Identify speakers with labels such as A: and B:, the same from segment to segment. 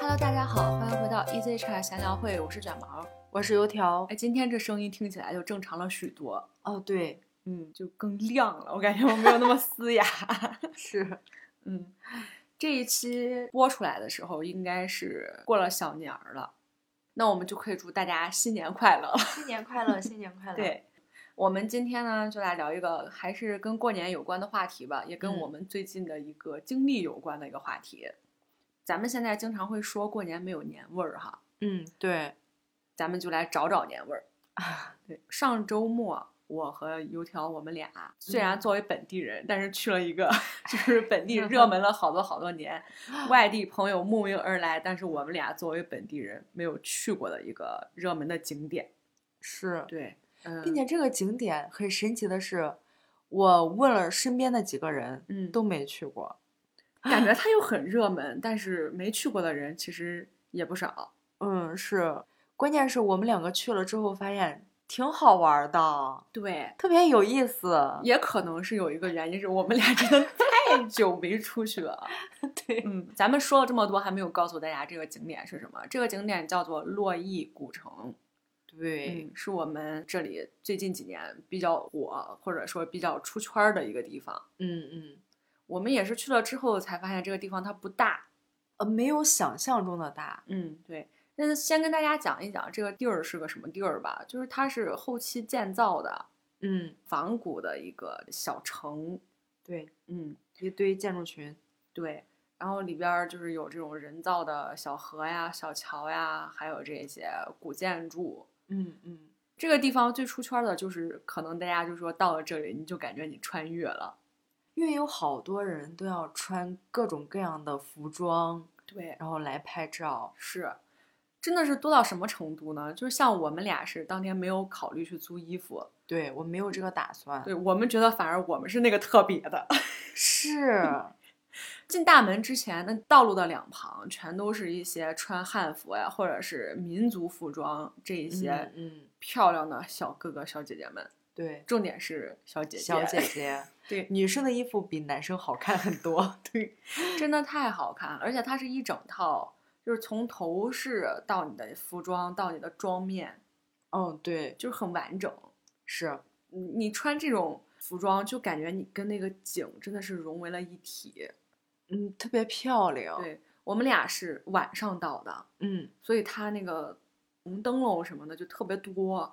A: Hello，大家好，欢迎回到 EZ 叉闲聊会，我是卷毛。
B: 我是油条
A: 哎，。今天这声音听起来就正常了许多，
B: 哦， 对，
A: 嗯，
B: 就更亮了，我感觉我没有那么嘶哑。
A: 是， 嗯，这一期播出来的时候应该是过了小年儿了，那我们就可以祝大家新年快乐。
B: 新年快乐，新年快乐。，
A: 对，我们今天呢就来聊一个还是跟过年有关的话题吧，也跟
B: 嗯
A: 我们最近的一个经历有关的一个话题。咱们现在经常会说过年没有年味儿哈，
B: 嗯，对，
A: 咱们就来找找年味儿。
B: 啊
A: 对，上周末我和油条我们俩虽然
B: 嗯
A: 作为本地人，但是去了一 个就是本地热门了好多好多年，外地朋友慕名而来，但是我们俩作为本地人没有去过的一个热门的景点。
B: 是，
A: 对，嗯，
B: 并且这个景点很神奇的是，我问了身边的几个人，
A: 嗯，
B: 都没去过。
A: 感觉它又很热门，但是没去过的人其实也不少。
B: 嗯，是，关键是我们两个去了之后发现挺好玩儿的，
A: 对，
B: 特别有意思。
A: 也可能是有一个原因是我们俩真 的太久没出去了。
B: 对，
A: 嗯，咱们说了这么多，还没有告诉大家这个景点是什么。这个景点叫做洛邑古城，
B: 对，
A: 嗯，是我们这里最近几年比较火，或者说比较出圈儿的一个地方。
B: 嗯嗯，
A: 我们也是去了之后才发现这个地方它不大。
B: 呃，没有想象中的大。
A: 嗯，对。那先跟大家讲一讲这个地儿是个什么地儿吧，就是它是后期建造的，
B: 嗯，
A: 仿古的一个小城，
B: 对，
A: 嗯，
B: 一堆建筑群。
A: 对。然后里边儿就是有这种人造的小河呀、小桥呀，还有这些古建筑。
B: 嗯嗯，
A: 这个地方最出圈儿的就是，可能大家就说到了这里，你就感觉你穿越了。
B: 因为有好多人都要穿各种各样的服装，
A: 对，
B: 然后来拍照。
A: 是，真的是多到什么程度呢？就是像我们俩是当天没有考虑去租衣服，
B: 对我没有这个打算，
A: 对我们觉得反而我们是那个特别的。
B: 是，
A: 进大门之前，那道路的两旁全都是一些穿汉服呀，或者是民族服装这一些、
B: 嗯嗯，
A: 漂亮的小哥哥、小姐姐们，
B: 对，
A: 重点是小姐姐，
B: 小姐 姐，
A: 对，
B: 女生的衣服比男生好看很多。 对，
A: 真的太好看，而且它是一整套，就是从头饰到你的服装到你的妆面，
B: 嗯，对，
A: 就是很完整。
B: 是，
A: 你你穿这种服装，就感觉你跟那个景真的是融为了一体。
B: 嗯，特别漂亮。，
A: 对我们俩是晚上到的，
B: 嗯，
A: 所以它那个红灯笼什么的就特别多。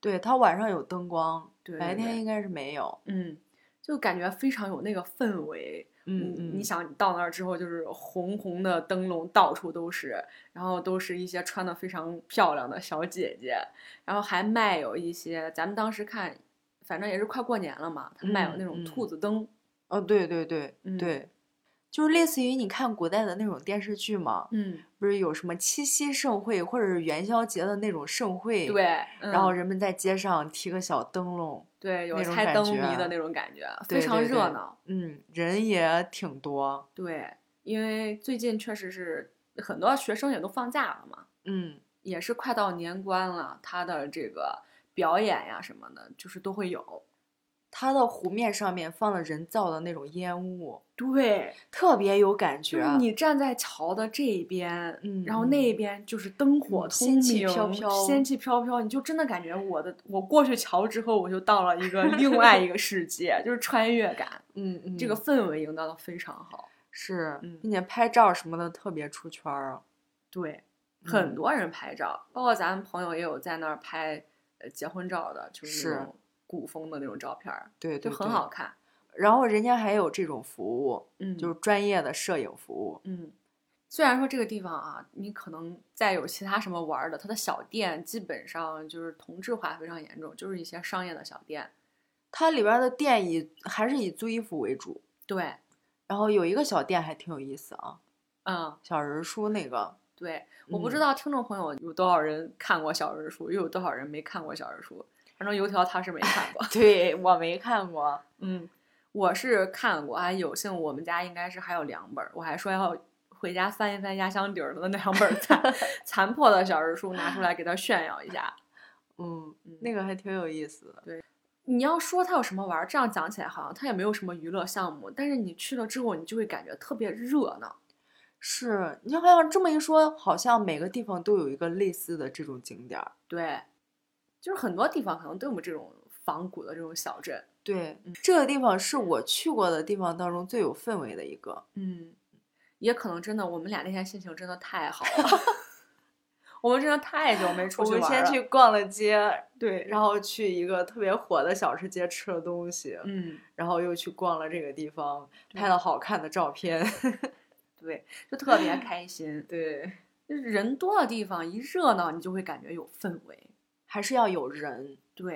B: 对，它晚上有灯光，
A: 对
B: 白
A: 对对
B: 天应该是没有。
A: 嗯，就感觉非常有那个氛围。
B: 嗯
A: 你
B: 嗯，
A: 你想，你到那儿之后就是红红的灯笼到处都是，然后都是一些穿的非常漂亮的小姐姐，然后还卖有一些，咱们当时看，反正也是快过年了嘛，他卖有那种
B: 嗯嗯
A: 兔子灯，
B: 哦，对对对
A: 嗯
B: 对，就是类似于你看古代的那种电视剧嘛，
A: 嗯，
B: 不是有什么七夕盛会或者是元宵节的那种盛会，
A: 对，
B: 然后
A: 嗯
B: 人们在街上提个小灯笼，
A: 对有
B: 那种
A: 猜
B: 感
A: 灯
B: 觉啊
A: 谜的那种感觉，非
B: 对
A: 常
B: 对
A: 热
B: 对
A: 闹。
B: 嗯，人也挺多，
A: 对，因为最近确实是很多学生也都放假了嘛，
B: 嗯，
A: 也是快到年关了，他的这个表演呀什么的，就是都会有。
B: 它的湖面上面放了人造的那种烟雾，
A: 对，
B: 特别有感
A: 就
B: 觉，
A: 是你站在桥的这一边，
B: 嗯
A: 然后那边就是灯火通
B: 嗯仙
A: 明，
B: 气飘飘
A: 仙气飘飘，你就真的感觉我的我过去桥之后，我就到了一 个另外一个世界，就是穿越感，
B: 嗯嗯，
A: 这个氛围营造的非常好。
B: 是
A: 嗯，
B: 并且拍照什么的特别出圈儿啊，
A: 对，很
B: 嗯
A: 多人拍照，包括咱们朋友也有在那儿拍呃结婚照的，就是那
B: 是
A: 种古风的那种照片儿，
B: 对
A: 就
B: 对，
A: 很
B: 对
A: 好。看。
B: 然后人家还有这种服务，
A: 嗯，
B: 就是专业的摄影服务，
A: 嗯，虽然说这个地方啊，你可能再有其他什么玩儿的，它的小店基本上就是同质化非常严重，就是一些商业的小店。
B: 它里边儿的店以还是以租衣服为主，
A: 对，
B: 然后有一个小店还挺有意思啊，
A: 嗯，
B: 小人书那个，
A: 对，我不知
B: 嗯，
A: 道听众朋友有多少人看过小人书，又有多少人没看过小人书。反正油条他是没看过
B: 对我没看过，
A: 嗯，我是看过，还有幸我们家应该是还有两本儿，我还说要。回家翻一翻压箱底儿的那两本儿 残残破的小人书，拿出来给他炫耀一下。
B: 嗯，
A: 嗯
B: 那个还挺有意思的，
A: 你要说它有什么玩儿，这样讲起来好像它也没有什么娱乐项目，但是你去了之后，你就会感觉特别热闹。
B: 是你好像这么一说，好像每个地方都有一个类似的这种景点儿。
A: 对，就是很多地方可能都有这种仿古的这种小镇。
B: 对，
A: 嗯
B: 这个地方是我去过的地方当中最有氛围的一个。
A: 嗯，也可能真的，我们俩那天心情真的太好了， 我们真的太久没出
B: 我
A: 去
B: 们
A: 玩
B: 先
A: 了。
B: 去逛了街，
A: 对，然
B: 然
A: 后
B: 后去一个特别火的小吃街吃了东西，
A: 嗯，
B: 然后又去逛了这个地方，
A: 对
B: 拍了好看的照片。
A: 对，就特 别开心。
B: 对，
A: 就是人多的地方一热闹，你就会感觉有氛围。
B: 还是要有人。
A: 对，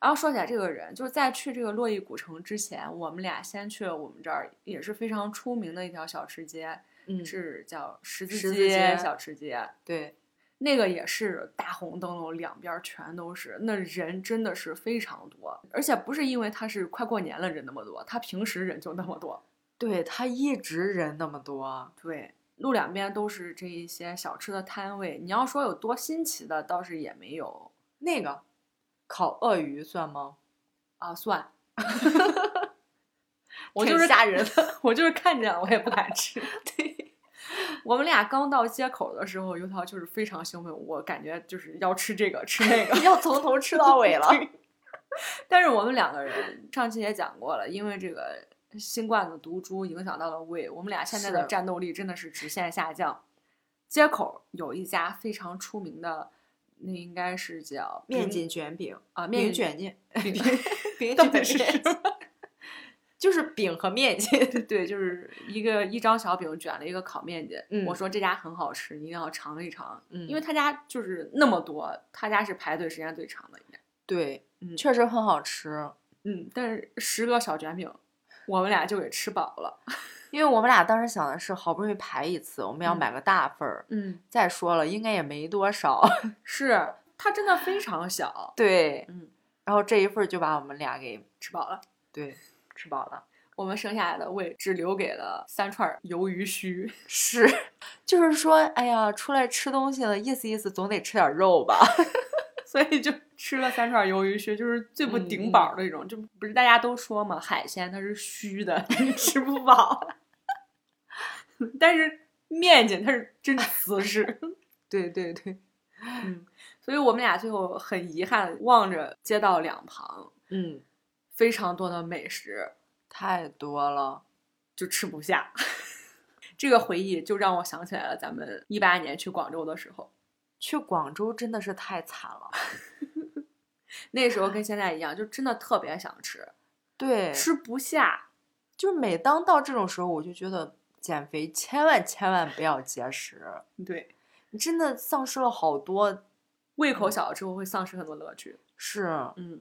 A: 然后说起来这个人，就是在去这个洛邑古城之前，我们俩先去了我们这儿也是非常出名的一条小吃街，
B: 嗯
A: 是叫十字
B: 十字
A: 街
B: 街
A: 小吃街。
B: 对，
A: 那个也是大红灯笼，两边儿全都是，那人真的是非常多，而且不是因为他是快过年了人那么多，他平时人就那么多。
B: 对他一直人那么多。啊
A: 对，路两边都是这一些小吃的摊位，你要说有多新奇的，倒是也没有
B: 那个烤鳄鱼算吗？
A: 啊， 算。我
B: 挺
A: 就是
B: 吓人
A: 的， 我就是看见了我也不敢吃。对， 我们俩刚到街口的时候，油条就是非常兴奋，我感觉就是要吃这个吃 那个，
B: 要从头吃到尾 了
A: 但是我们两个人上期也讲过了，因为这个新冠的毒株影响到了胃，我们俩现在的
B: 是
A: 战斗力真的是直线下降。街口有一家非常出名的，那应该是叫
B: 面
A: 饼
B: 筋卷饼、
A: 啊面
B: 饼
A: 筋
B: 卷筋、
A: 饼
B: 饼
A: 到
B: 卷
A: 底是
B: 面
A: 什
B: 筋，就是饼和面筋。
A: 对，就是一个一张小饼卷了一个烤面筋。
B: 嗯
A: 我说这家很好吃，你一定要尝一尝，
B: 嗯
A: 因为他家就是那么多，他家是排队时间最长的一家。
B: 对，
A: 嗯
B: 确实很好吃。
A: 嗯，但是十个小卷饼，我们俩就给吃饱了。
B: 因为我们俩当时想的是，好不容易排一次，我们要
A: 嗯
B: 买个大份儿。
A: 嗯，
B: 再说了，应该也没多少。
A: 是它真的非常小，
B: 对，
A: 嗯，
B: 然后这一份儿就把我们俩给
A: 吃饱了。
B: 对吃饱了。
A: 我们剩下来的胃只留给了三串儿鱿鱼须，
B: 是，就是说，哎呀，出来吃东西了，意思意思总得吃点肉吧。
A: 所以就吃了三串儿鱿鱼须，就是最不
B: 嗯
A: 顶
B: 嗯
A: 饱儿的一种。就不是大家都说嘛，海鲜它是虚的， 你吃不饱。但是面筋它是真瓷实，
B: 对对对，
A: 嗯，所以我们俩最后很遗憾，望着街道两旁
B: 嗯，
A: 非常多的美食，
B: 太多了。
A: 就吃不下。 这个回忆就让我想起来了，咱们一八年去广州的时候，
B: 去广州真的是太惨了。
A: 那时候跟现在一样，就真的特别想吃，
B: 对，
A: 吃不下。
B: 就是每当到这种时候，我就觉得减肥千万千万不要节食，
A: 对，
B: 你真的丧失了好多。
A: 胃
B: 嗯
A: 口小了之后会丧失很多乐趣。
B: 是，
A: 嗯，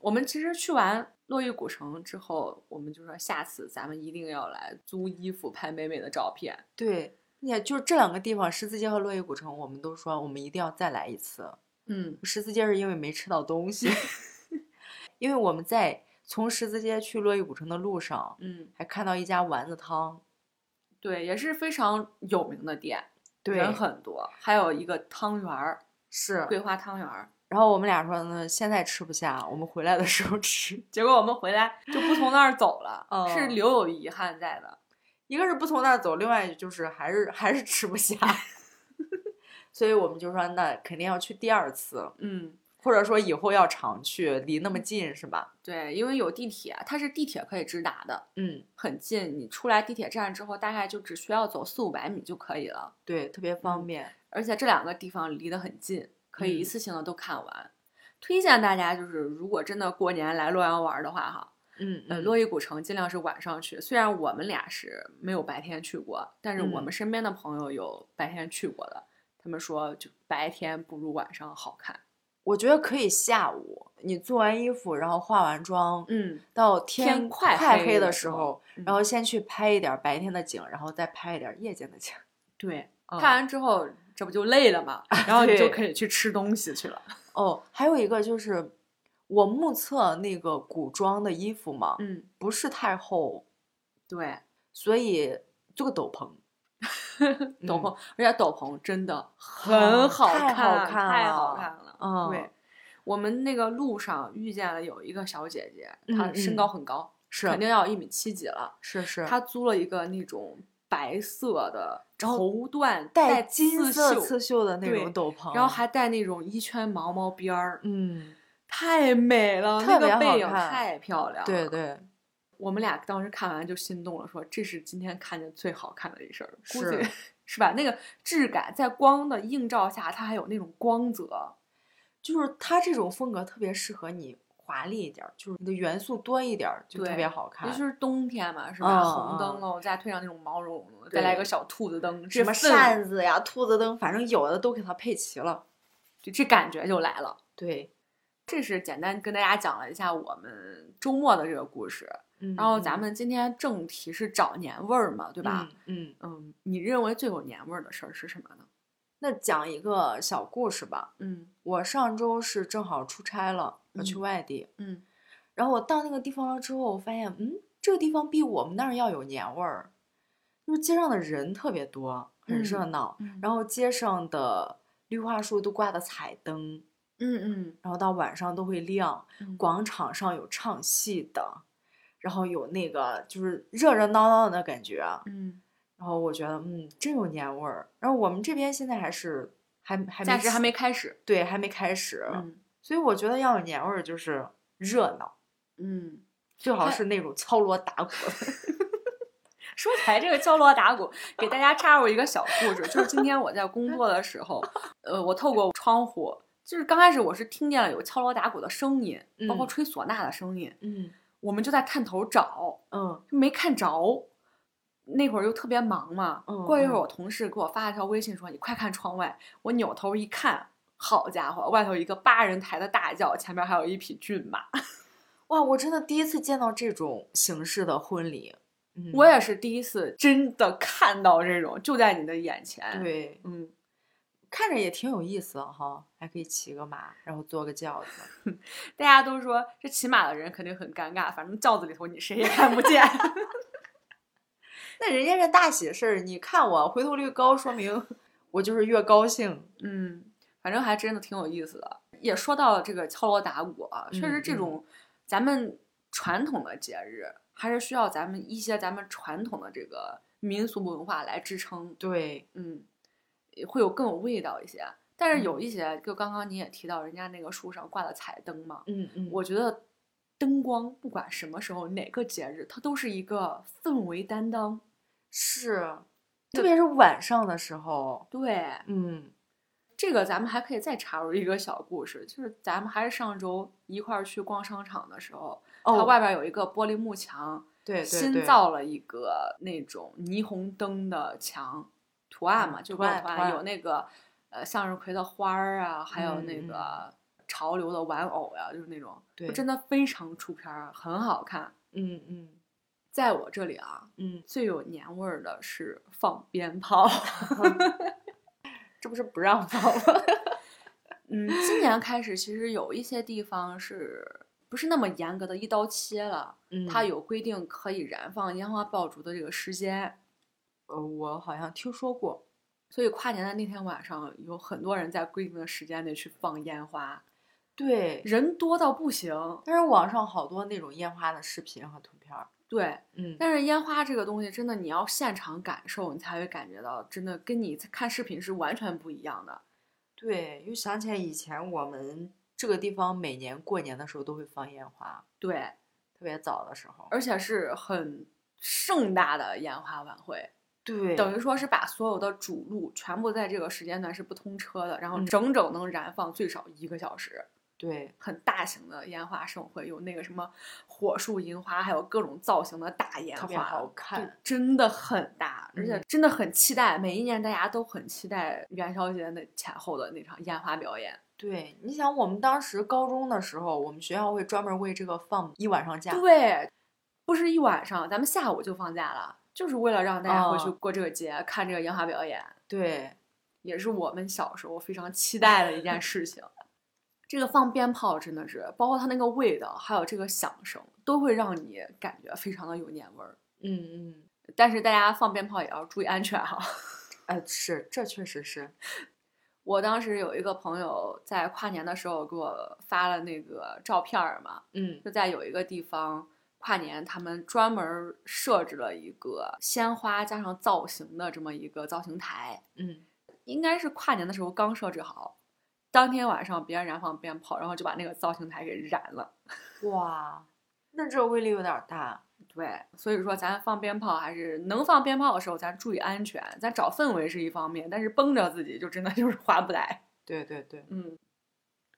A: 我们其实去完洛邑古城之后，我们就说下次咱们一定要来租衣服拍美美的照片。
B: 对，也就是这两个地方，十字街和洛邑古城，我们都说我们一定要再来一次。
A: 嗯
B: 十字街是因为没吃到东西，因为我们在从十字街去洛邑古城的路上，
A: 嗯，
B: 还看到一家丸子汤，
A: 对，也是非常有名的店，
B: 对，
A: 人很多，还有一个汤圆儿，
B: 是。
A: 桂花汤圆儿。
B: 然后我们俩说呢，现在吃不下，我们回来的时候吃。
A: 结果我们回来就不从那儿走了，
B: 哦嗯
A: 是留有遗憾在的。
B: 一个是不从那儿走，另外就是还是还是吃不下， 所以我们就说那肯定要去第二次，
A: 嗯，
B: 或者说以后要常去，离那么近是吧？
A: 对，因为有地铁，它是地铁可以直达的，
B: 嗯，
A: 很近。你出来地铁站之后，大概就只需要走四五百米就可以了。
B: 对，特别方便。
A: 而且这两个地方离得很近，可以一
B: 嗯
A: 次性的都看完。推荐大家就是，如果真的过年来洛阳玩儿的话，哈，
B: 嗯
A: 呃，洛邑古城尽量是晚上去。虽然我们俩是没有白天去过，但是我
B: 嗯
A: 们身边的朋友有白天去过的，他们说就白天不如晚上好看。
B: 我觉得可以下午，你做完衣服，然后化完妆，
A: 嗯，
B: 到
A: 天快
B: 快
A: 黑
B: 黑
A: 的
B: 的
A: 时
B: 时
A: 候
B: 候，
A: 嗯
B: 然后先去拍一点白天的景，然后再拍一点夜间的景。
A: 对，
B: 嗯
A: 看完之后这不就累了嘛，然后你就
B: 对
A: 可以去吃东西去了。
B: 哦，还有一个就是，我目测那个古装的衣服嘛，
A: 嗯，
B: 不是太厚，
A: 对，
B: 所以做个斗篷。
A: 斗篷，而且斗篷真的很
B: 啊
A: 好
B: 太
A: 看，
B: 好看
A: 太好
B: 了
A: 看了。
B: 嗯，
A: 对，，我们那个路上遇见了有一个小姐姐，
B: 嗯
A: 她身
B: 嗯
A: 高很高，
B: 是
A: 肯定要一米七几了。
B: 是是，
A: 她租了一个那种白色的
B: 然后
A: 绸缎
B: 带
A: 金
B: 金色
A: 袖
B: 刺绣的那
A: 对
B: 种斗篷，
A: 然后还带那种一圈毛毛边儿，
B: 嗯，
A: 太美了，
B: 特别
A: 那个
B: 好
A: 背影
B: 看
A: 太漂亮了。
B: 对，对，
A: 我们俩当时看完就心动了，说这是今天看见最好看的一身儿，估计
B: 是
A: 是吧？那个质感在光的映照下，它还有那种光泽。
B: 就是它这种风格特别适合你华丽一点儿，就是你的元素多一点儿，就特
A: 对
B: 别好看。
A: 尤其是冬天嘛，是吧？
B: 嗯
A: 红
B: 嗯
A: 灯笼再推上那种毛茸茸的，再来
B: 对
A: 个小兔子灯，
B: 什么
A: 这氛围
B: 扇子呀、兔子灯，反正有的都给它配齐了。
A: 就这感觉就来了。
B: 对，
A: 这是简单跟大家讲了一下我们周末的这个故事，
B: 嗯
A: 然后咱们今天正题是找年味儿嘛，对
B: 对
A: 吧？？
B: 嗯嗯，
A: 嗯，你认为最有年味儿的事儿是什么呢？
B: 那讲一个小故事吧。
A: 嗯
B: 我上周是正好出差了，要去
A: 嗯
B: 外地，
A: 嗯，
B: 然后我到那个地方了之后，我发现，嗯，这个地方比我们那儿要有年味儿，就是街上的人特别多，很热
A: 嗯
B: 闹，
A: 然后
B: 然后街上的绿化树都挂的彩灯，
A: 嗯
B: 然后到晚上都会亮，
A: 嗯，
B: 广场上有唱戏的，然后有那个就是热热闹闹的感觉，啊
A: 嗯，
B: 然后我觉得，嗯，真有年味儿。然后我们这边现在还是还还没
A: 价值还
B: 起
A: 没开始。
B: 对，还没开始，
A: 嗯
B: 所以我觉得要有年味儿就是热闹，
A: 嗯，
B: 最好
A: 还
B: 是那种敲锣打鼓的。
A: 说起来这个敲锣打鼓，给大家插入一个小故事，就是今天我在工作的时候，呃，我透过窗户，就是刚开始我是听见了有敲锣打鼓的声音，包括
B: 嗯
A: 吹唢呐的声音，
B: 嗯
A: 我们就在探头找，
B: 嗯
A: 就没看着。那会儿又特别忙嘛，
B: 嗯
A: 过一会儿
B: 嗯
A: 我同事给我发了条微信说：“你快看窗外！”我扭头一看，好家伙，外头一个八人抬的大轿，前面还有一匹骏马。
B: 嗯哇，我真的第一次见到这种形式的婚礼。嗯、
A: 我也是第一次真的看到这种，就在你的眼前。，
B: 对，
A: 嗯，
B: 看着也挺有意思的哈，还可以骑个马，然后坐个轿子。
A: 大家都说这骑马的人肯定很尴尬，反正轿子里头你谁也看不见。
B: 那人家这大喜事儿，你看我回头率高，说明我就是越高兴。
A: 嗯，反正还真的挺有意思的。也说到这个敲锣打鼓啊，确实
B: 嗯
A: 这种咱们传统的节日，还是需要咱们一些咱们传统的这个民俗文化来支撑，
B: 对，
A: 嗯，也会有更有味道一些。但是有
B: 嗯
A: 一些，就刚刚你也提到，人家那个树上挂的彩灯嘛，
B: 嗯嗯，
A: 我觉得灯光不管什么时候哪个节日，它都是一个氛围担当。
B: 是，特
A: 就
B: 别是晚上的时候，
A: 对，
B: 嗯
A: 这个咱们还可以再插入一个小故事，就是咱们还是上周一块儿去逛商场的时候，它
B: 哦，
A: 外边有一个玻璃幕墙，
B: 对对
A: 新
B: 对
A: 造了一个那种霓虹灯的墙图案嘛，
B: 嗯
A: 就
B: 图
A: 各种
B: 案
A: 图
B: 图
A: 案
B: 案
A: 有那个呃向日葵的花儿啊，还有
B: 嗯
A: 那
B: 嗯
A: 个潮流的玩偶呀、就是那种，
B: 对
A: 真的非常出片儿，啊很好看。
B: 嗯嗯
A: 在我这里啊，
B: 嗯，
A: 最有年味儿的是放鞭炮。
B: 这不是不让放吗？
A: 嗯，今年开始其实有一些地方是不是那么严格的一刀切了？
B: 嗯
A: 它有规定可以燃放烟花爆竹的这个时间，
B: 呃，我好像听说过，
A: 所以跨年的那天晚上，有很多人在规定的时间内去放烟花，
B: 对，
A: 人多到不行。
B: 但是网上好多那种烟花的视频和图片儿，
A: 对，
B: 嗯，
A: 但是烟花这个东西，真的你要现场感受，你才会感觉到，真的跟你看视频是完全不一样的。
B: 对，又想起来以前我们这个地方每年过年的时候都会放烟花，
A: 对，
B: 特别早的时候，
A: 而且是很盛大的烟花晚会。
B: 对，
A: 等于说是把所有的主路全部在这个时间段是不通车的，然后
B: 嗯
A: 整整能燃放最少一个小时，
B: 对，
A: 很大型的烟花盛会，有那个什么火树银花，还有各种造型的大烟
B: 特别
A: 花，
B: 好
A: 对
B: 看，
A: 真的很大，而且
B: 嗯
A: 真的很期待。每一年大家都很期待元宵节那前后的那场烟花表演。
B: 对，你想我们当时高中的时候，我们学校会专门为这个放一晚上假，
A: 对，不是一晚上，咱们下午就放假了，就是为了让大家回去
B: 哦
A: 过这个节，看这个烟花表演。
B: 对，
A: 也是我们小时候非常期待的一件事情。这个放鞭炮真的是，包括它那个味道，还有这个响声，都会让你感觉非常的有年味儿。
B: 嗯嗯。
A: 但是大家放鞭炮也要注意安全哈、
B: 哎，是，这确实是，
A: 我当时有一个朋友在跨年的时候给我发了那个照片儿嘛，
B: 嗯
A: 就在有一个地方跨年他们专门设置了一个鲜花加上造型的这么一个造型台，
B: 嗯，
A: 应该是跨年的时候刚设置好，当天晚上别人燃放鞭炮，然后就把那个造型台给燃了。
B: 哇，那这威力有点大。
A: 对，所以说咱放鞭炮还是能放鞭炮的时候，咱注意安全，咱找氛围是一方面，但是绷着自己就真的 就是划不来。
B: 对对对，
A: 嗯，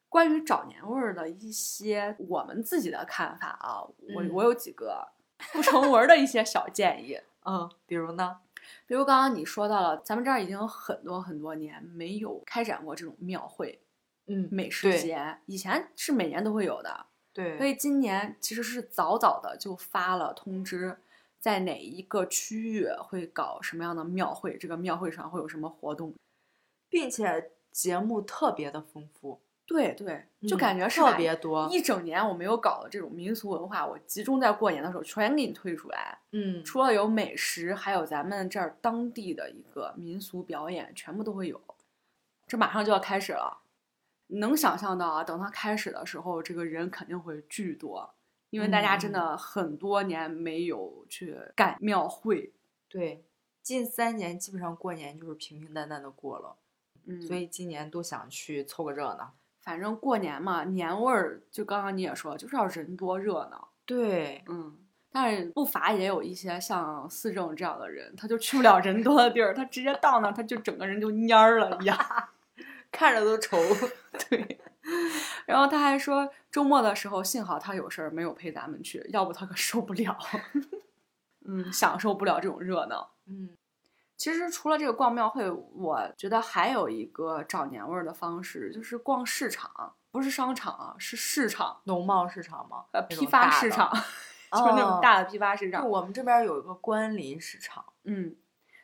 A: 关于找年味儿的一些我们自己的看法啊，我
B: 嗯
A: 我有几个不成文儿的一些小建议，
B: 嗯，比如呢？
A: 比如刚刚你说到了，咱们这儿已经很多很多年没有开展过这种庙会、
B: 嗯，
A: 美食
B: 对
A: 节，以前是每年都会有的，
B: 对，
A: 所以今年其实是早早的就发了通知，在哪一个区域会搞什么样的庙会，这个庙会上会有什么活动。
B: 并且节目特别的丰富，
A: 对对，就
B: 嗯
A: 感觉是
B: 特
A: 把
B: 别多。
A: 一整年我没有搞的这种民俗文化，我集中在过年的时候全给你推出来。
B: 嗯，
A: 除了有美食，还有咱们这儿当地的一个民俗表演，全部都会有。这马上就要开始了，能想象到啊，等它开始的时候，这个人肯定会巨多，因为大家真的很多年没有去干庙会，
B: 对，近三年基本上过年就是平平淡淡的过了，
A: 嗯，
B: 所以今年都想去凑个热闹。
A: 反正过年嘛，年味儿就刚刚你也说了，就是要人多热闹，
B: 对，
A: 嗯。但是不乏也有一些像思政这样的人，他就去不了人多的地儿，他直接到那儿，他就整个人就蔫儿了一样。
B: 看着都愁。
A: 对，然后他还说周末的时候，幸好他有事儿没有陪咱们去，要不他可受不了。 嗯，享受不了这种热闹。
B: 嗯
A: 其实除了这个逛庙会，我觉得还有一个找年味儿的方式，就是逛市场，不是商场啊，是市场，
B: 农贸市场嘛，
A: 呃，
B: 那
A: 批
B: 种
A: 发
B: 大
A: 市
B: 的哦
A: 场， 就是那种大的批发市
B: 就
A: 场。
B: 我们这边儿有一个关林市场，
A: 嗯，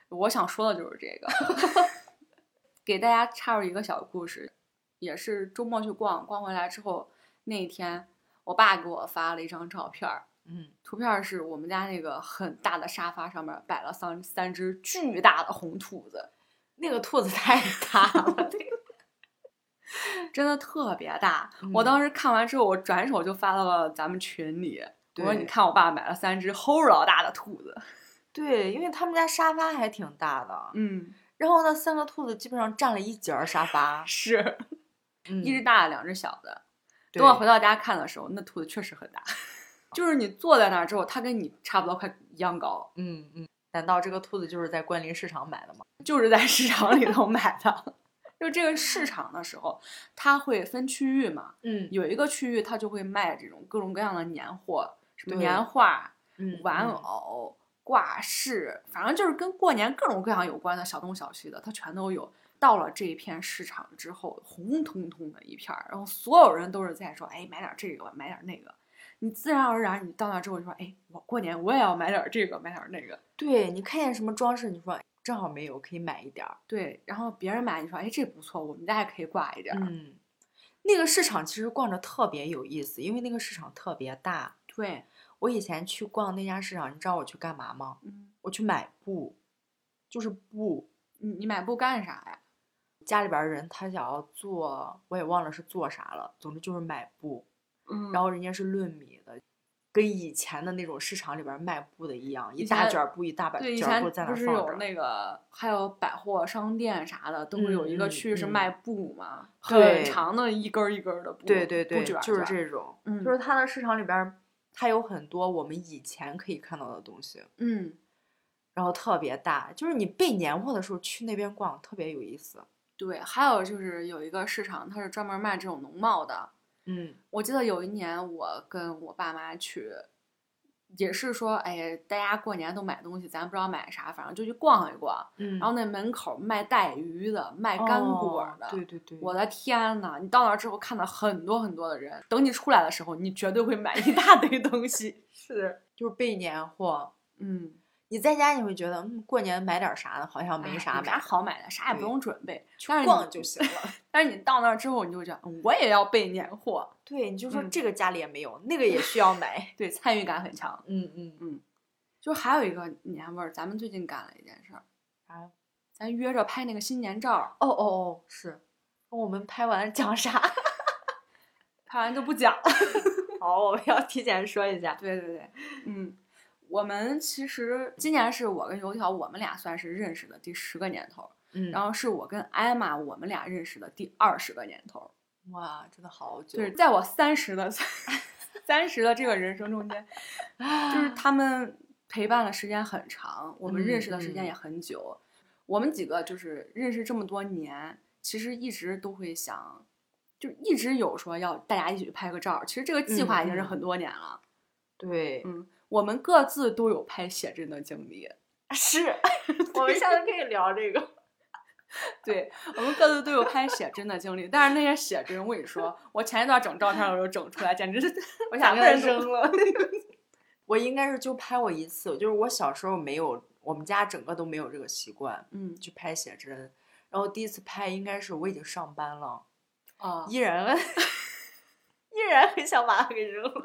A: 我想说的就是这个。 给大家插入一个小故事，也是周末去逛，逛回来之后那一天，我爸给我发了一张照片儿，
B: 嗯，
A: 图片儿是我们家那个很大的沙发上面摆了三三只巨大的红兔子，
B: 那个兔子太大了，
A: 真的特别大。
B: 嗯
A: 我当时看完之后，我转手就发到了咱们群里，我说
B: 对
A: 你看我爸买了三只齁老大的兔子，
B: 对，因为他们家沙发还挺大的，
A: 嗯，，
B: 然后那三个兔子基本上占了一截儿沙发
A: 是、
B: 嗯
A: 一只大的，两只小的。
B: 对
A: 等我回到家看的时候，那兔子确实很大， 就是你坐在那儿之后，它跟你差不多快一样高，
B: 嗯嗯，难道这个兔子就是在关林市场买的吗？
A: 就是在市场里头买的。 就这个市场的时候，它会分区域嘛，
B: 嗯
A: 有一个区域它就会卖这种各种各样的年货，什么
B: 对
A: 年画、
B: 嗯，
A: 玩
B: 嗯，
A: 偶、挂饰，反正就是跟过年各种各样有关的小东小西的，它全都有。到了这一片市场之后，红彤彤的一片儿，然后所有人都是在说：“哎，买点这个，买点那个。”你自然而然，你到那之后就说：“哎，我过年我也要买点这个，买点那个。
B: 对你看见什么装饰，你就说哎正好没有，可以买一点儿。”
A: 对，然后别人买，你说：“哎，这不错，我们家也可以挂一点。”
B: 嗯，那个市场其实逛着特别有意思，因为那个市场特别大。
A: 对，
B: 我以前去逛那家市场，你知道我去干嘛吗？
A: 嗯，
B: 我去买布，就是布。
A: 你你买布干啥呀？
B: 家里边儿人他想要做，我也忘了是做啥了，总之就是买布。
A: 嗯
B: 然后人家是论米的，跟以前的那种市场里边儿卖布的一样，一
A: 以
B: 大
A: 前
B: 卷儿布一大把
A: 对，以
B: 卷儿
A: 前
B: 布在那
A: 不
B: 儿
A: 是
B: 放
A: 有
B: 着。
A: 那个，还有百货商店啥的，都会有一个
B: 嗯
A: 区域是
B: 嗯
A: 卖布嘛，很
B: 对
A: 长的一根儿一根儿的布，
B: 对对对，
A: 布卷儿
B: 就是
A: 卷儿，
B: 这种，
A: 嗯，
B: 就是它的市场里边儿，它有很多我们以前可以看到的东西，
A: 嗯，
B: 然后特别大，就是你备年货的时候去那边逛特别有意思。
A: 对，还有就是有一个市场，它是专门卖这种农贸的。
B: 嗯
A: 我记得有一年我跟我爸妈去，也是说，哎，大家过年都买东西，咱不知道买啥，反正就去逛一逛。
B: 嗯，
A: 然后那门口卖带鱼的，卖干果
B: 哦
A: 的，
B: 对对对，
A: 我的天呐，你到那儿之后看到很多很多的人，等你出来的时候，你绝对会买一大堆东西。
B: 是就是备年货。
A: 嗯，
B: 你在家你会觉得，嗯，过年买点啥呢？好像
A: 哎
B: 啊没
A: 有
B: 啥买
A: 啥
B: 的，
A: 好买的，啥也不
B: 对
A: 用准备，但是
B: 逛
A: 你
B: 就。行 了。
A: 但是你到那儿之后，你就会觉得嗯我也要备年货，
B: 对，你就说
A: 嗯
B: 这个家里也没有，那个也需要买。
A: 对，参与感很强。
B: 嗯嗯，
A: 就还有一个年味儿，咱们最近干了一件事儿，
B: 啥？
A: 咱约着拍那个新年照儿，
B: 啊哦哦哦，是。我们拍完讲啥？
A: 拍完就不讲了。
B: 好，我们要提前说一下。
A: 对对对，
B: 嗯，
A: 我们其实今年是我跟油条，我们俩算是认识的第十个年头，
B: 嗯然
A: 然
B: 后
A: 后是我跟艾玛，我们俩认识的第二十个年头。
B: 哇，真的好久，
A: 就是在我三十的三十的这个人生中 间，
B: 啊
A: 就是他们陪伴的时间很长，我们
B: 嗯
A: 认识的时间
B: 嗯
A: 也很久。我们几个就是认识这么多年，其实一直都会想，就一直有说要大家一起去拍个照。其实这个计划已经是
B: 嗯嗯
A: 很多年了。
B: 对，
A: 嗯，我们各自都有拍写真的经历。
B: 是，我们下次可以聊这个。
A: 对我们各自都有拍写真的经历，但是那些写真，我跟你说，我前一段整照片的时候整出来，简直是
B: 我
A: 想
B: 想
A: 给他
B: 给他
A: 扔
B: 扔了。 我应该是就拍过一次，就是我小时候没有，我们家整个都没有这个习惯
A: 嗯
B: 去拍写真。然后第一次拍应该是我已经上班了，
A: 啊
B: 依 然依然很想把它给扔了。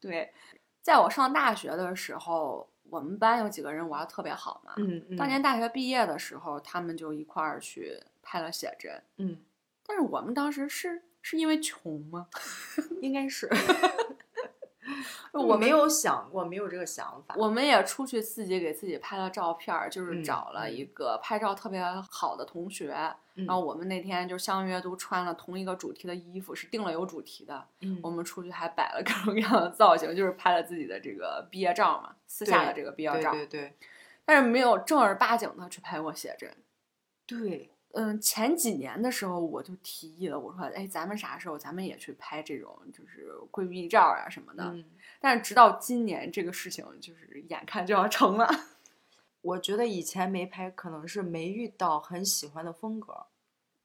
A: 对，在我上大学的时候，我们班有几个人玩的特别好嘛。
B: 嗯嗯
A: 当年大学毕业的时候，他们就一块儿去拍了写真。
B: 嗯，
A: 但是我们当时是是因为穷吗？
B: 应该是
A: 我
B: 我
A: 们
B: 没，有想过，没有这个想法。
A: 我们也出去自己给自己拍了照片儿，就是
B: 嗯
A: 找了
B: 嗯
A: 一个拍照特别好的同学。
B: 嗯
A: 然后我们那天就相约都穿了同一个主题的衣服，是定了有主题的。
B: 嗯
A: 我们出去还摆了各种各样的造型，就是拍了自己的这个毕业照嘛，私下的
B: 对
A: 这个毕业
B: 对
A: 照。
B: 对对
A: 但是没有正儿八经的去拍过写真。
B: 对，
A: 嗯，前几年的时候我就提议了，我说，哎，咱们啥时候咱们也去拍这种就是闺蜜照啊什么的？
B: 嗯，
A: 但是直到今年这个事情就是眼看就要成了。
B: 我觉得以前没拍，可能是没遇到很喜欢的风格，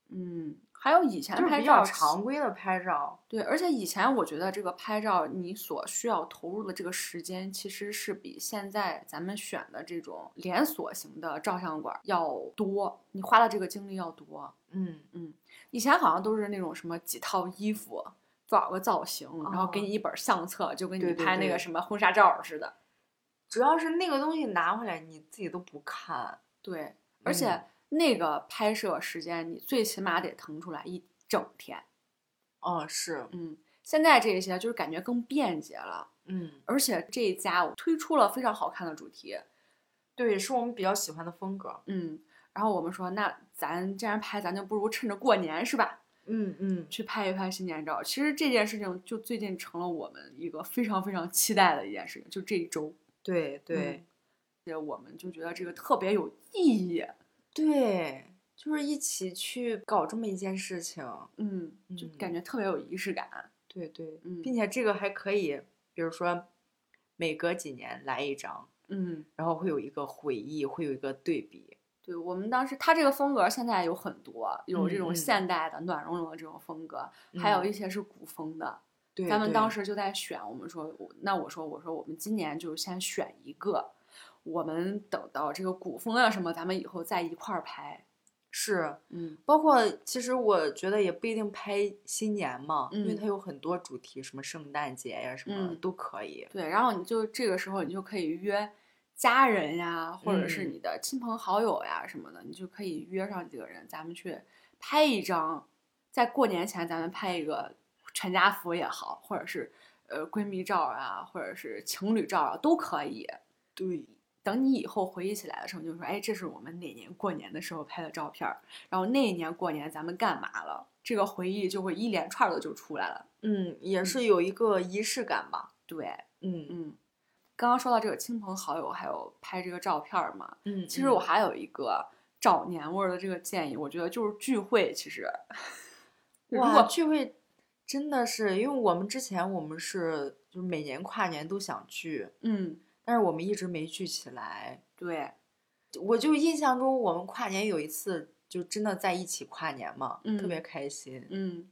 A: 嗯，还有以前
B: 就是
A: 拍
B: 比较
A: 照
B: 常规的拍照。
A: 对，而且以前我觉得这个拍照你所需要投入的这个时间，其实是比现在咱们选的这种连锁型的照相馆要多，你花的这个精力要多。
B: 嗯，
A: 以前好像都是那种什么几套衣服、多少个造型，然后给
B: 哦
A: 你一本相册，就跟你
B: 对对
A: 拍那个
B: 对
A: 什么婚纱照似的。
B: 主要是那个东西拿回来你自己都不看。
A: 对，而
B: 嗯
A: 且那个拍摄时间，你最起码得腾出来一整天。
B: 哦，是，
A: 嗯，现在这些就是感觉更便捷了，
B: 嗯，
A: 而且这一家我推出了非常好看的主题。
B: 对，是我们比较喜欢的风格。
A: 嗯，然后我们说，那咱既然拍，咱就不如趁着过年是吧，
B: 嗯嗯，
A: 去拍一拍新年照。其实这件事情就最近成了我们一个非常非常期待的一件事情，就这一周。
B: 对对、
A: 对，且我们就觉得这个特别有意义。
B: 对，就是一起去搞这么一件事情。
A: 嗯，就感
B: 嗯
A: 觉特别有仪式感。
B: 对对，
A: 嗯
B: 并且这个还可以，比如说每隔几年来一张，
A: 嗯，
B: 然后会有一个回忆，会有一个对比。
A: 对我们当时他这个风格现在有很多，有这
B: 嗯
A: 种
B: 嗯
A: 现代的暖融融的这种风格，还有
B: 嗯
A: 一些是古风的。
B: 对
A: 咱们当
B: 对
A: 时就在选，我们说，我那我说我说我们今年就先选一个，我们等到这个古风啊什么，咱们以后再一块儿拍。
B: 是
A: 嗯
B: 包括，其实我觉得也不一定拍新年嘛，因为
A: 嗯
B: 它有很多主题，什么圣诞节呀、什么、
A: 嗯
B: 都可以。
A: 对，然后你就这个时候你就可以约家人呀，或者是
B: 嗯
A: 你的亲朋好友呀什么的，你就可以约上几个人，咱们去拍一张，在过年前咱们拍一个全家福也好，或者是呃闺蜜照啊，或者是情侣照啊都可以。
B: 对，
A: 等你以后回忆起来的时候，你就说，哎，这是我们哪年过年的时候拍的照片儿，然后那一年过年咱们干嘛了，这个回忆就会一连串的就出来了。
B: 嗯，也
A: 嗯
B: 是有一个仪式感吧。
A: 对，
B: 嗯
A: 嗯，刚刚说到这个亲朋好友，还有拍这个照片儿嘛，
B: 嗯
A: 其实我还有一个找年味儿的这个建议，我觉得就是聚会，其实如
B: 哇，
A: 果
B: 聚会真的是，因为我们之前我们是就是每年跨年都想聚，
A: 嗯
B: 但是我们一直没聚起来。
A: 对
B: 我就印象中我们跨年有一次就真的在一起跨年嘛，特
A: 嗯
B: 别开心。
A: 嗯，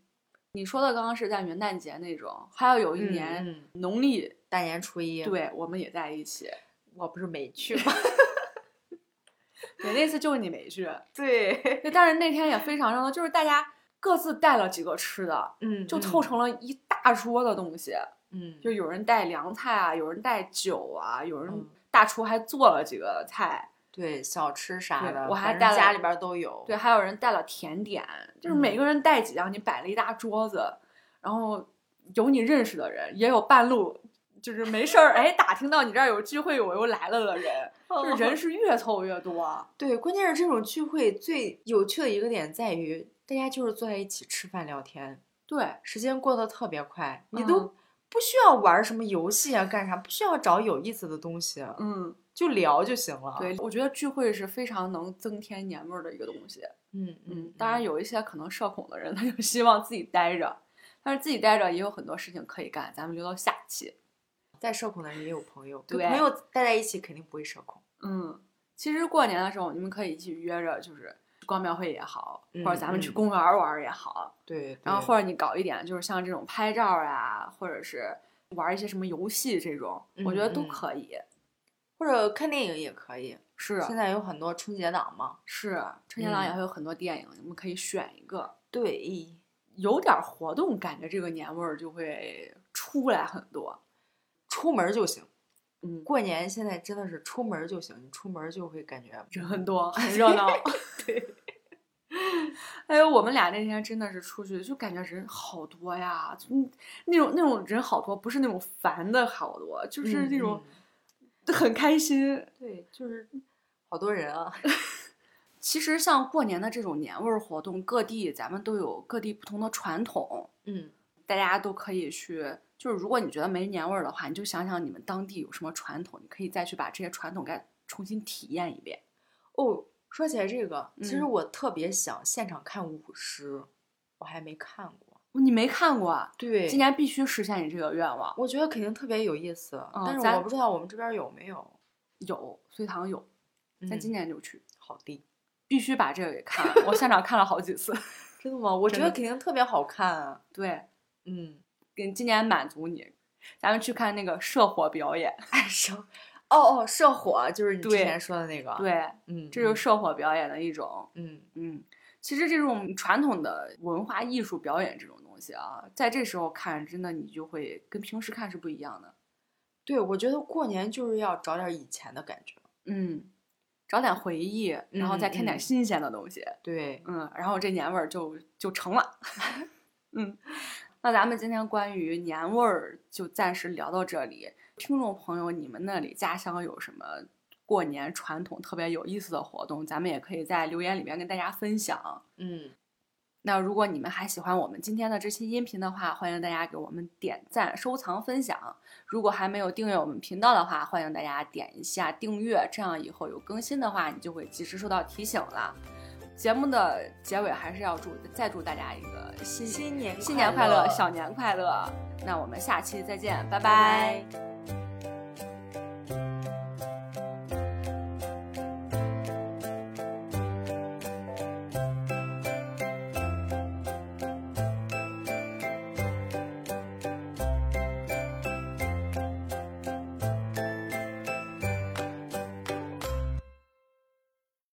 A: 你说的刚刚是在元旦节那种，还有有一
B: 嗯
A: 年、
B: 嗯
A: 农历，
B: 大年初一，，
A: 对我们也在一 起，
B: 我不是没去 吗？
A: 对那次就是你没去，
B: 对，
A: 对，但是那天也非常热闹，就是大家各自带了几个吃的，
B: 嗯，
A: 就凑成了一大桌的东西。
B: 嗯，嗯，
A: 就有人带凉菜啊，有人带酒啊，有人
B: 嗯
A: 大厨还做了几个菜，
B: 对小吃啥
A: 对
B: 的，
A: 我还
B: 反正
A: 带了
B: 家里边儿都有。
A: 对，还有人带了甜点，就是每
B: 嗯
A: 个人带几样，你摆了一大桌子，然后有你认识的人，也有半路就是没事儿哎打听到你这儿有聚会我又来了的 人，就是人是越凑越多。
B: 对，关键是这种聚会最有趣的一个点在于，大家就是坐在一起吃饭聊天，
A: 对，
B: 时间过得特别快，你
A: 嗯
B: 都不需要玩什么游戏啊，干啥，不需要找有意思的东西，
A: 嗯，
B: 就聊就行了。
A: 对，我觉得聚会是非常能增添年味儿的一个东西。
B: 嗯
A: 嗯
B: 嗯，，
A: 当然有一些可能社恐的人，他就希望自己待着，但是自己待着也有很多事情可以干，咱们留到下期。
B: 在社恐的人也有朋友，
A: 对
B: 跟朋友待在一起肯定不会社恐。
A: 嗯，其实过年的时候，你们可以一起约着，就是逛庙会也好，或者咱们去
B: 嗯嗯
A: 公园玩儿也好，
B: 对，
A: 然后
B: 对
A: 或者你搞一点就是像这种拍照啊，或者是玩一些什么游戏这种，我觉得都
B: 嗯嗯
A: 可以。
B: 或者看电影也可以。
A: 是啊
B: 现在有很多春节档嘛。
A: 是，啊春节档也
B: 啊嗯
A: 会有很多电影，你们可以选一个，
B: 对，
A: 有点儿活动，感觉这个年味儿就会出来很多。
B: 出门就行。
A: 嗯，
B: 过年现在真的是出门就行，你出门就会感觉
A: 人很多，很热 闹。
B: 对。
A: 哎呦，我们俩那天真的是出去，就感觉人好多呀，就那种那种人好多，不是那种烦的好多，就是那种
B: 嗯
A: 很开心。
B: 嗯对，就是好多人啊。
A: 其实像过年的这种年味儿活动，各地咱们都有各地不同的传统，
B: 嗯，
A: 大家都可以去。就是如果你觉得没年味儿的话，你就想想你们当地有什么传统，你可以再去把这些传统再重新体验一遍。
B: 哦，说起来这个，其实
A: 嗯
B: 我特别想现场看舞狮，我还没看过。
A: 你没看过啊，
B: 对
A: 今年必须实现你这个愿望。
B: 我觉得肯定特别有意思，
A: 嗯
B: 但是
A: 咱
B: 我不知道我们这边儿有没有。
A: 有隋唐有，咱今
B: 嗯
A: 年就去，
B: 好低，
A: 必须把这个给看完。我现场看了好几次。
B: 真的吗？我觉
A: 真
B: 得
A: 的
B: 肯定特别好看啊。
A: 对，
B: 嗯，
A: 给今年满足你，咱们去看那个社火表演。
B: 哎，社，哦哦，社火就是你之
A: 对
B: 前说的那个。，
A: 对，
B: 嗯，
A: 这就是
B: 是，
A: 社火表演的一种。
B: 嗯
A: 嗯，其实这种传统的文化艺术表演这种东西啊，在这时候看，真的你就会跟平时看是不一样的。
B: 对，我觉得过年就是要找点儿以前的感觉。
A: 嗯，找点回忆，然后再添点
B: 嗯嗯
A: 新鲜的东西。
B: 对，
A: 嗯，然后这年味儿就就成了。 嗯，那咱们今天关于年味儿就暂时聊到这里。听众朋友，你们那里家乡有什么过年传统特别有意思的活动？咱们也可以在留言里面跟大家分享。
B: 嗯，
A: 那如果你们还喜欢我们今天的这期音频的话，欢迎大家给我们点赞、收藏、分享。如果还没有订阅我们频道的话，欢迎大家点一下订阅，这样以后有更新的话，你就会及时收到提醒了。节目的结尾还是要祝再祝大家一个新
B: 新年
A: 新年快乐，小年快乐。那我们下期再见，拜拜
B: 拜拜